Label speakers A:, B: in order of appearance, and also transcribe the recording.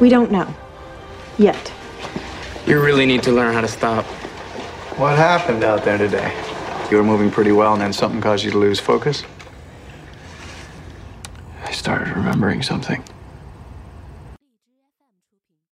A: We don't know. Yet.
B: You really need to learn how to stop.
C: What happened out there today? You were moving pretty well, and then something caused you to lose focus? I started remembering something.